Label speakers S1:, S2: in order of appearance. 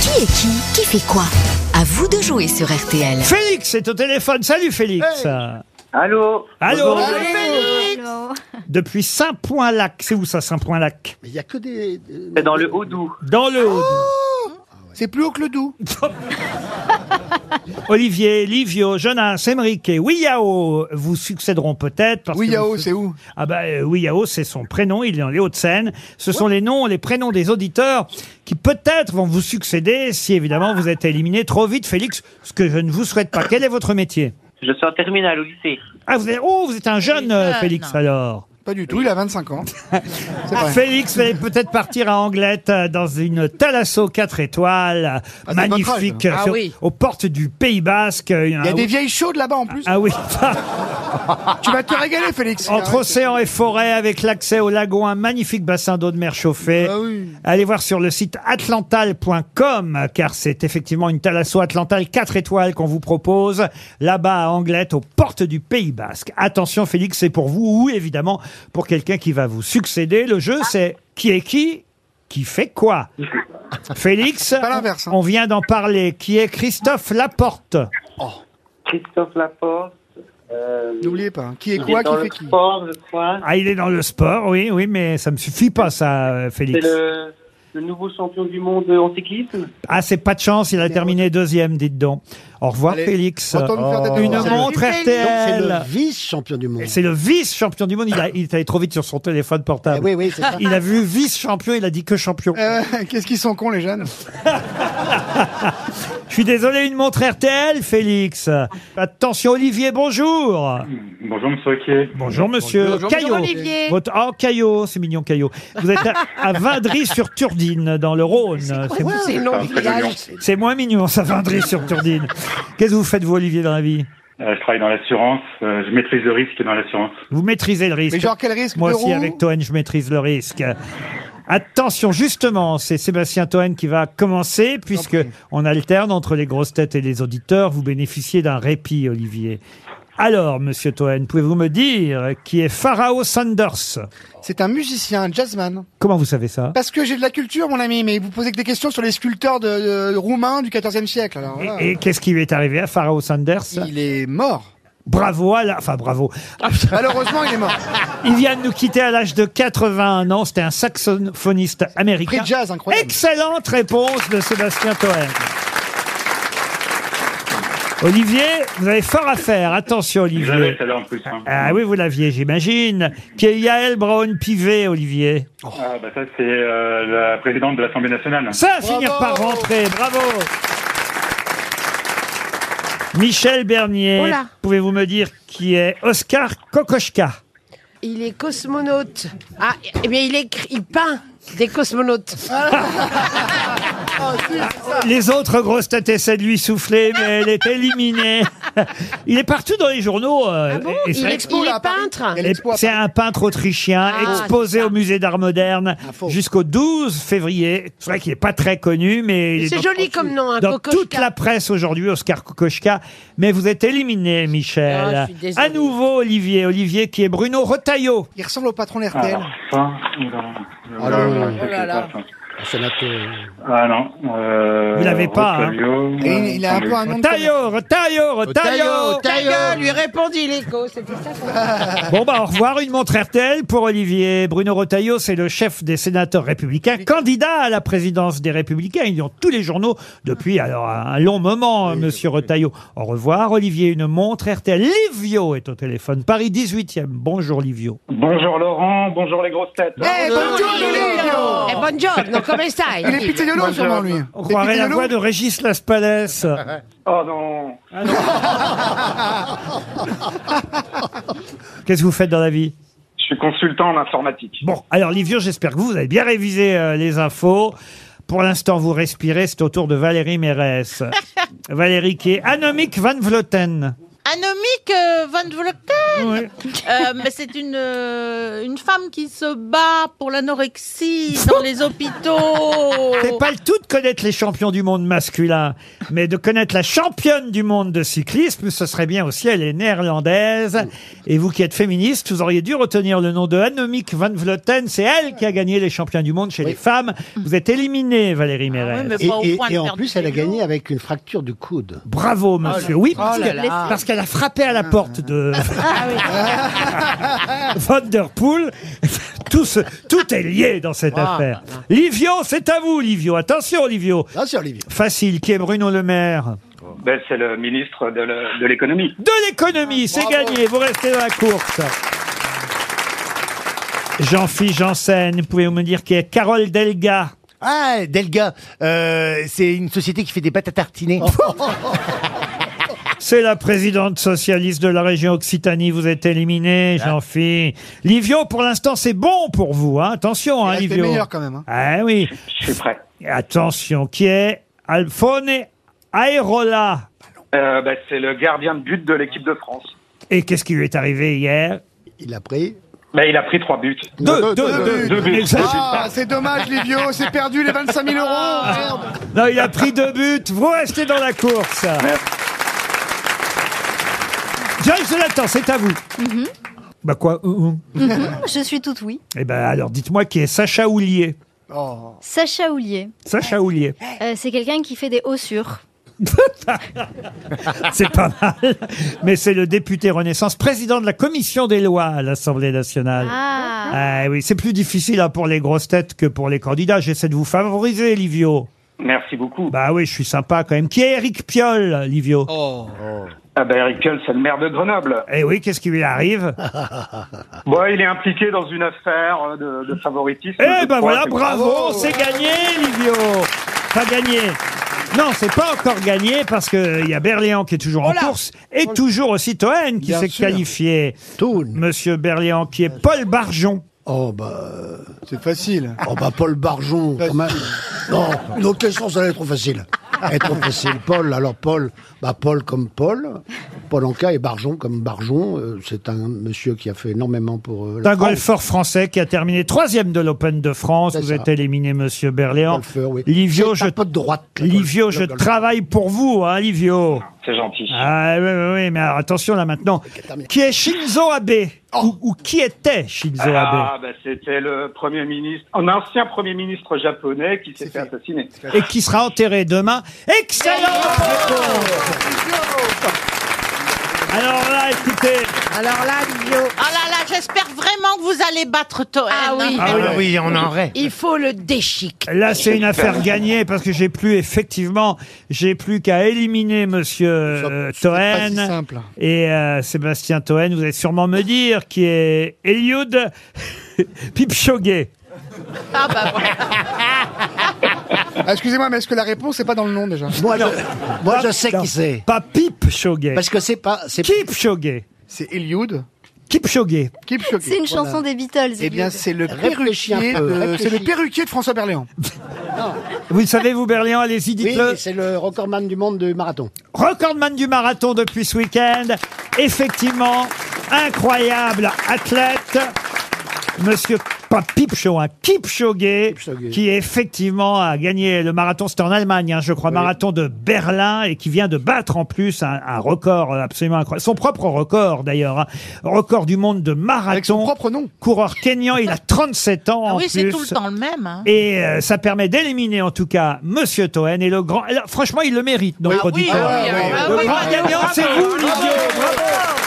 S1: Qui est qui Qui fait quoi À vous de jouer sur RTL.
S2: Félix est au téléphone. Salut Félix.
S3: Allô
S2: Allô
S3: Bonjour.
S2: Depuis Saint-Point-Lac. C'est où ça, Saint-Point-Lac
S4: Mais il n'y a que des. euh,
S3: C'est dans le Haut-Doubs.
S2: Dans le Haut.
S3: Oh.
S4: C'est plus haut que le doux.
S2: Olivier, Livio, Jonas, Emeric et Wiyao vous succéderont peut-être. parce que
S4: Wiyao,
S2: vous-
S4: c'est où
S2: Ah bah euh, Wiyao, c'est son prénom, il est dans les Hauts-de-Seine. Ce sont les noms, les prénoms des auditeurs qui peut-être vont vous succéder si évidemment vous êtes éliminé trop vite, Félix, ce que je ne vous souhaite pas. Quel est votre métier
S3: Je suis en terminale au lycée.
S2: Ah, vous êtes, oh, vous êtes un jeune, euh, Félix, alors.
S4: Pas du tout, il a 25 ans.
S2: Ah
S4: C'est vrai.
S2: Félix, vous allez peut-être partir à Anglette euh, dans une Thalasso 4 étoiles, euh,
S4: Ah, c'est votre
S2: magnifique,
S5: Ah
S2: sur-
S5: oui.
S2: aux portes du Pays Basque. euh,
S4: Il y a des vieilles chaudes là-bas en plus.
S2: ah oui,
S4: Tu vas te régaler, Félix.
S2: entre océan et forêt, avec l'accès au lagon, un magnifique bassin d'eau de mer chauffée.
S4: Ah oui.
S2: Allez voir sur le site atlantal.com, car c'est effectivement une Thalasso Atlantal 4 étoiles qu'on vous propose, là-bas à Anglette, aux portes du Pays Basque. Attention Félix, c'est pour vous, ou évidemment pour quelqu'un qui va vous succéder. Le
S4: Ah.
S2: jeu, c'est qui est qui qui fait quoi Félix,
S4: Pas l'inverse, hein.
S2: on vient d'en parler. Qui est Christophe Laporte
S3: Christophe Laporte. euh,
S4: N'oubliez pas, hein, qui est
S3: il
S4: quoi,
S3: est dans
S4: qui
S3: le
S4: fait qui
S3: sport, je crois.
S2: Ah, il est dans le sport, oui, oui, mais ça me suffit pas, ça, euh,
S3: C'est
S2: Félix.
S3: le, le nouveau champion du monde en cyclisme.
S2: Ah, c'est pas de chance, il a terminé deuxième, dites donc. Au revoir,
S4: Allez,
S2: Félix.
S4: retourne faire ta
S2: Oh. Une
S4: tête.
S2: montre RTL.
S6: vice-champion du monde.
S2: Et C'est le vice-champion du monde. Il, a- il est allé trop vite sur son téléphone portable.
S6: Eh Oui, oui, c'est ça.
S2: Il a vu vice-champion, il a dit que champion.
S4: Euh, Qu'est-ce qu'ils sont cons, les jeunes
S2: Je suis désolé, une montre RTL, Félix. Attention, Olivier, bonjour.
S7: Bonjour Monsieur Riquet.
S2: Bonjour, monsieur.
S5: Bonjour,
S2: Caillot.
S5: Olivier.
S2: Votre- Oh, Caillot, c'est mignon, Caillot. Vous êtes à, à Vindry-sur-Turdine, dans le Rhône. C'est-
S5: C'est non
S7: Enfin, près de Lyon.
S2: C'est moins mignon, ça, Vindry-sur-Turdine. Qu'est-ce que vous faites, vous, Olivier, dans la vie
S7: Euh, je travaille dans l'assurance, euh, je maîtrise le risque dans l'assurance.
S2: Vous maîtrisez le risque.
S4: Mais genre, quel risque
S2: Moi
S4: de
S2: aussi,
S4: roue
S2: avec Toen, je maîtrise le risque. Attention, justement, c'est Sébastien Toen qui va commencer, puisque on alterne entre les grosses têtes et les auditeurs. Vous bénéficiez d'un répit, Olivier. Alors, Monsieur Toen, pouvez-vous me dire qui est Pharaoh Sanders
S4: C'est un musicien, un jazzman.
S2: Comment vous savez ça
S4: Parce que j'ai de la culture, mon ami, mais vous posez que des questions sur les sculpteurs de, de- roumains du 14e siècle. Alors, voilà.
S2: Et, et qu'est-ce qui lui est arrivé à Pharaoh Sanders
S4: Ah. Il est mort.
S2: Bravo à la... Enfin, bravo.
S4: Malheureusement, il est mort.
S2: Il vient de nous quitter à l'âge de 81 ans. C'était un saxophoniste américain.
S4: Prix de jazz, incroyable.
S2: Excellente réponse de Sébastien Toen. Olivier, vous avez fort à faire. Attention,
S7: Je l'avais
S2: Olivier.
S7: tout à l'heure en plus. hein.
S2: Ah oui, vous l'aviez, j'imagine. Qui est Yael Brown-Pivet, Olivier.
S7: Ah, bah ça c'est euh, la présidente de l'Assemblée nationale.
S2: Ça va finir par
S4: Bravo
S2: rentrer. Bravo. Michel Bernier,
S5: Oh là.
S2: pouvez-vous me dire qui est Oscar Kokoschka
S5: Il est cosmonaute. Ah, eh bien, il, écrit, il peint des cosmonautes.
S2: Les autres grosses têtes essaient de lui souffler, mais elle est éliminée. Il est partout dans les journaux. euh, et- et c'est
S5: Ah il,
S2: vrai que-
S5: est, il est
S4: là, à Paris.
S5: peintre.
S4: Il y a l'expo à
S2: C'est un peintre autrichien
S5: Ah,
S2: exposé
S5: c'est ça.
S2: au musée d'art moderne
S4: Info.
S2: jusqu'au 12 février. C'est vrai qu'il n'est pas très connu, mais il est
S5: C'est
S2: dans,
S5: joli hein, comme nom, un
S2: dans
S5: cocochka.
S2: toute la presse aujourd'hui, Oscar Kokoschka. Mais vous êtes éliminé, Michel.
S5: Ah, je suis désolée.
S2: à nouveau, Olivier. Olivier qui est Bruno Retailleau.
S4: Il ressemble au patron de RTL.
S7: Alors ça,
S2: Oh
S6: Ah, non, non,
S7: Oh là.
S6: C'est notre.
S7: Ah non. Euh,
S2: Vous l'avez pas, hein.
S7: Rotaillot,
S4: Et il, il a un peu
S5: Ah,
S4: un nom de.
S2: Retailleau, Retailleau, Retailleau.
S5: Ta gueule, lui répondit l'écho. C'était ça.
S2: Bon, bah, au revoir. Une montre RTL pour Olivier. Bruno Retailleau, c'est le chef des sénateurs républicains, candidat à la présidence des républicains. Ils ont tous les journaux depuis, alors, un long moment, hein, monsieur Retailleau. Au revoir, Olivier. Une montre RTL. Livio est au téléphone. Paris 18e. Bonjour, Livio.
S7: Bonjour Laurent, bonjour les grosses têtes.
S4: Eh, bonjour, Lolio
S5: Eh, bonne job. Donc, comment ça
S4: Il est pizzaiolo,
S7: Bonjour.
S4: sûrement, lui.
S2: On
S4: Il est
S2: croirait la
S4: pizzaiolo
S2: voix de Régis Laspalès.
S7: Oh non.
S2: Qu'est-ce que vous faites dans la vie?
S7: Je suis consultant en informatique.
S2: Bon, alors Livio, j'espère que vous, vous avez bien révisé euh, les infos. Pour l'instant, vous respirez, c'est au tour de Valérie Mérès. Valérie qui est anomique Van Vloten.
S8: Anomique euh, Van Vleuten
S2: Ouais.
S8: Euh, mais c'est une, euh, une femme qui se bat pour l'anorexie dans les hôpitaux.
S2: C'est pas le tout de connaître les champions du monde masculin, mais de connaître la championne du monde de cyclisme, ce serait bien aussi. Elle est néerlandaise. Et vous qui êtes féministe, vous auriez dû retenir le nom de Annemiek van Vleuten. C'est elle qui a gagné les champions du monde chez les femmes. Vous êtes éliminée, Valérie Mérez.
S8: oui, mais
S6: Et,
S8: pas au
S6: et-
S8: point de
S6: et en
S8: faire
S6: plus,
S8: du
S6: elle a
S8: vélo.
S6: gagné avec une fracture du coude.
S2: Bravo, monsieur. Oui, parce
S4: Oh là
S2: que-
S4: là. Ah.
S2: parce qu'elle a frappé à la porte de Van Der Poel. Tout, ce- tout est lié dans cette
S4: Ah.
S2: affaire. Livio, c'est à vous, Livio. Attention, Livio.
S6: Là, c'est Olivier.
S2: Facile, qui est Bruno Le Maire
S7: Ben, c'est le ministre de le- de l'économie.
S2: de
S4: Ah,
S2: l'économie. C'est gagné, vous restez dans la course. Jean-Philippe Janssen, pouvez-vous me dire qui est Carole Delga
S9: Ah, Delga, euh, c'est une société qui fait des pâtes à tartiner.
S6: Oh,
S2: C'est la présidente socialiste de la région Occitanie. Vous êtes éliminé, Jean-Philippe. Livio, pour l'instant, c'est bon pour vous. hein. Attention, hein,
S4: Elle était
S2: Livio.
S4: meilleure quand même. hein.
S2: Ah oui.
S7: Je suis prêt.
S2: Attention, qui est Alphone Aerola.
S7: Euh, ben, c'est le gardien de but de l'équipe de France.
S2: Et qu'est-ce qui lui est arrivé hier
S6: Il a pris.
S7: Ben, il a pris trois buts.
S2: Deux, deux, deux.
S7: deux buts.
S2: Exact.
S4: Ah, c'est dommage, les vieux, c'est perdu les 25 000 euros. Ah, Merde.
S2: Non, il a pris deux buts. Vous restez dans la course. Joyce Jonathan, c'est à vous. Bah quoi hum, hum.
S10: Mhm. Je suis toute oui.
S2: Eh ben alors, dites-moi qui est Sacha Houlier.
S4: Oh.
S10: Sacha Houlier,
S2: Sacha Houlier.
S10: euh, c'est quelqu'un qui fait des haussures.
S2: C'est pas mal. Mais c'est le député Renaissance, président de la commission des lois à l'Assemblée nationale.
S10: Ah,
S2: Ah oui, c'est plus difficile hein, pour les grosses têtes que pour les candidats. J'essaie de vous favoriser, Livio.
S7: Merci beaucoup. Oh.
S2: Bah oui, je suis sympa quand même. Qui est Eric Piolle, Livio
S7: Ah, ben, Eric Piolle, c'est le maire de Grenoble.
S2: Eh oui, qu'est-ce qui lui arrive
S7: Bon, il est impliqué dans une affaire euh, de, de favoritisme.
S2: Eh
S7: je
S2: ben
S7: crois.
S2: voilà, bravo, c'est gagné, Livio. Pas gagné. Non, c'est pas encore gagné parce que euh, il y a Berléand qui est toujours en course et toujours aussi Toen qui
S4: Bien
S2: s'est
S4: sûr.
S2: qualifié.
S6: Toon.
S2: Monsieur Berléand qui est Paul Barjon.
S6: Oh, bah.
S4: C'est facile.
S6: Oh bah Paul Barjon, quand même. Non, une autre question, ça allait être trop facile. Elle est trop facile. Paul, alors Paul, bah Paul comme Paul, Paul Anka et Barjon comme Barjon. euh, c'est un monsieur qui a fait énormément pour. euh, la
S2: Un
S6: France.
S2: golfeur français qui a terminé troisième de l'Open de France.
S6: C'est
S2: Vous
S6: ça.
S2: êtes éliminé, monsieur Berléand.
S6: Golfeur, oui.
S2: Livio, je,
S6: C'est un peu de droite. le
S2: Livio,
S6: golf-
S2: je
S6: le golf.
S2: travaille pour vous, hein, Livio.
S7: C'est gentil.
S2: Ah oui, oui, oui, mais alors, attention là maintenant. Qui est Shinzo Abe
S6: Oh.
S2: ou, ou qui était Shinzo Abe
S7: Ah, ben, c'était le premier ministre, un ancien premier ministre japonais qui s'est fait assassiner.
S2: et qui sera enterré demain. Excellent Alors là, écoutez,
S5: Alors là, Livio,
S8: Ah là là, j'espère vraiment que vous allez battre Toen. hein.
S5: Ah oui.
S9: Ah oui, oui, on en rêve.
S5: il faut le déchiqueter.
S2: là c'est une affaire gagnée parce que j'ai plus effectivement, j'ai plus qu'à éliminer Monsieur euh,
S4: C'est pas si
S2: Toen
S4: simple.
S2: et euh, Sébastien Toen. Vous allez sûrement me dire qui est Eliud Kipchoge.
S8: Ah bah voilà.
S4: Ah, Excusez-moi, mais est-ce que la réponse n'est pas dans le nom déjà
S6: Moi, je, moi, je sais
S2: Ah, Non,
S6: qui c'est.
S2: Pas Kipchoge.
S6: Parce que c'est pas. C'est
S2: Kipchoge.
S4: C'est Eliud
S2: Kipchoge.
S4: Kipchoge.
S10: c'est une chanson des Beatles.
S4: Eh bien,
S10: Eliud.
S4: c'est le
S6: Réfléchis un
S4: perruquier
S6: peu,
S4: de,
S6: réfléchis.
S4: c'est le perruquier de François Berléand.
S2: Vous le savez, vous, Berléand, allez-y,
S6: oui,
S2: dites-le.
S6: mais c'est le recordman du monde du marathon.
S2: Recordman du marathon depuis ce week-end. Effectivement, incroyable athlète. Monsieur, pas Pipcho, hein, Kipchoge,
S6: Kipchoge.
S2: qui effectivement a gagné le marathon, c'était en Allemagne, hein, je crois, marathon de Berlin, et qui vient de battre en plus un, un record euh, absolument incroyable, son propre record d'ailleurs, hein. record du monde de marathon,
S4: Avec son propre nom.
S2: coureur kenyan, il a 37 ans
S8: Ah
S2: en
S8: oui, c'est
S2: plus.
S8: tout le temps le même. hein.
S2: Et euh, ça permet d'éliminer en tout cas Monsieur Toen et le grand. Alors, franchement, il le mérite, notre
S8: Ah oui,
S2: auditeur.
S8: ah oui, ah oui,
S2: Le
S8: ah oui,
S2: grand
S8: bravo,
S2: gagnant,
S8: bravo,
S2: c'est vous, Livio. Bravo.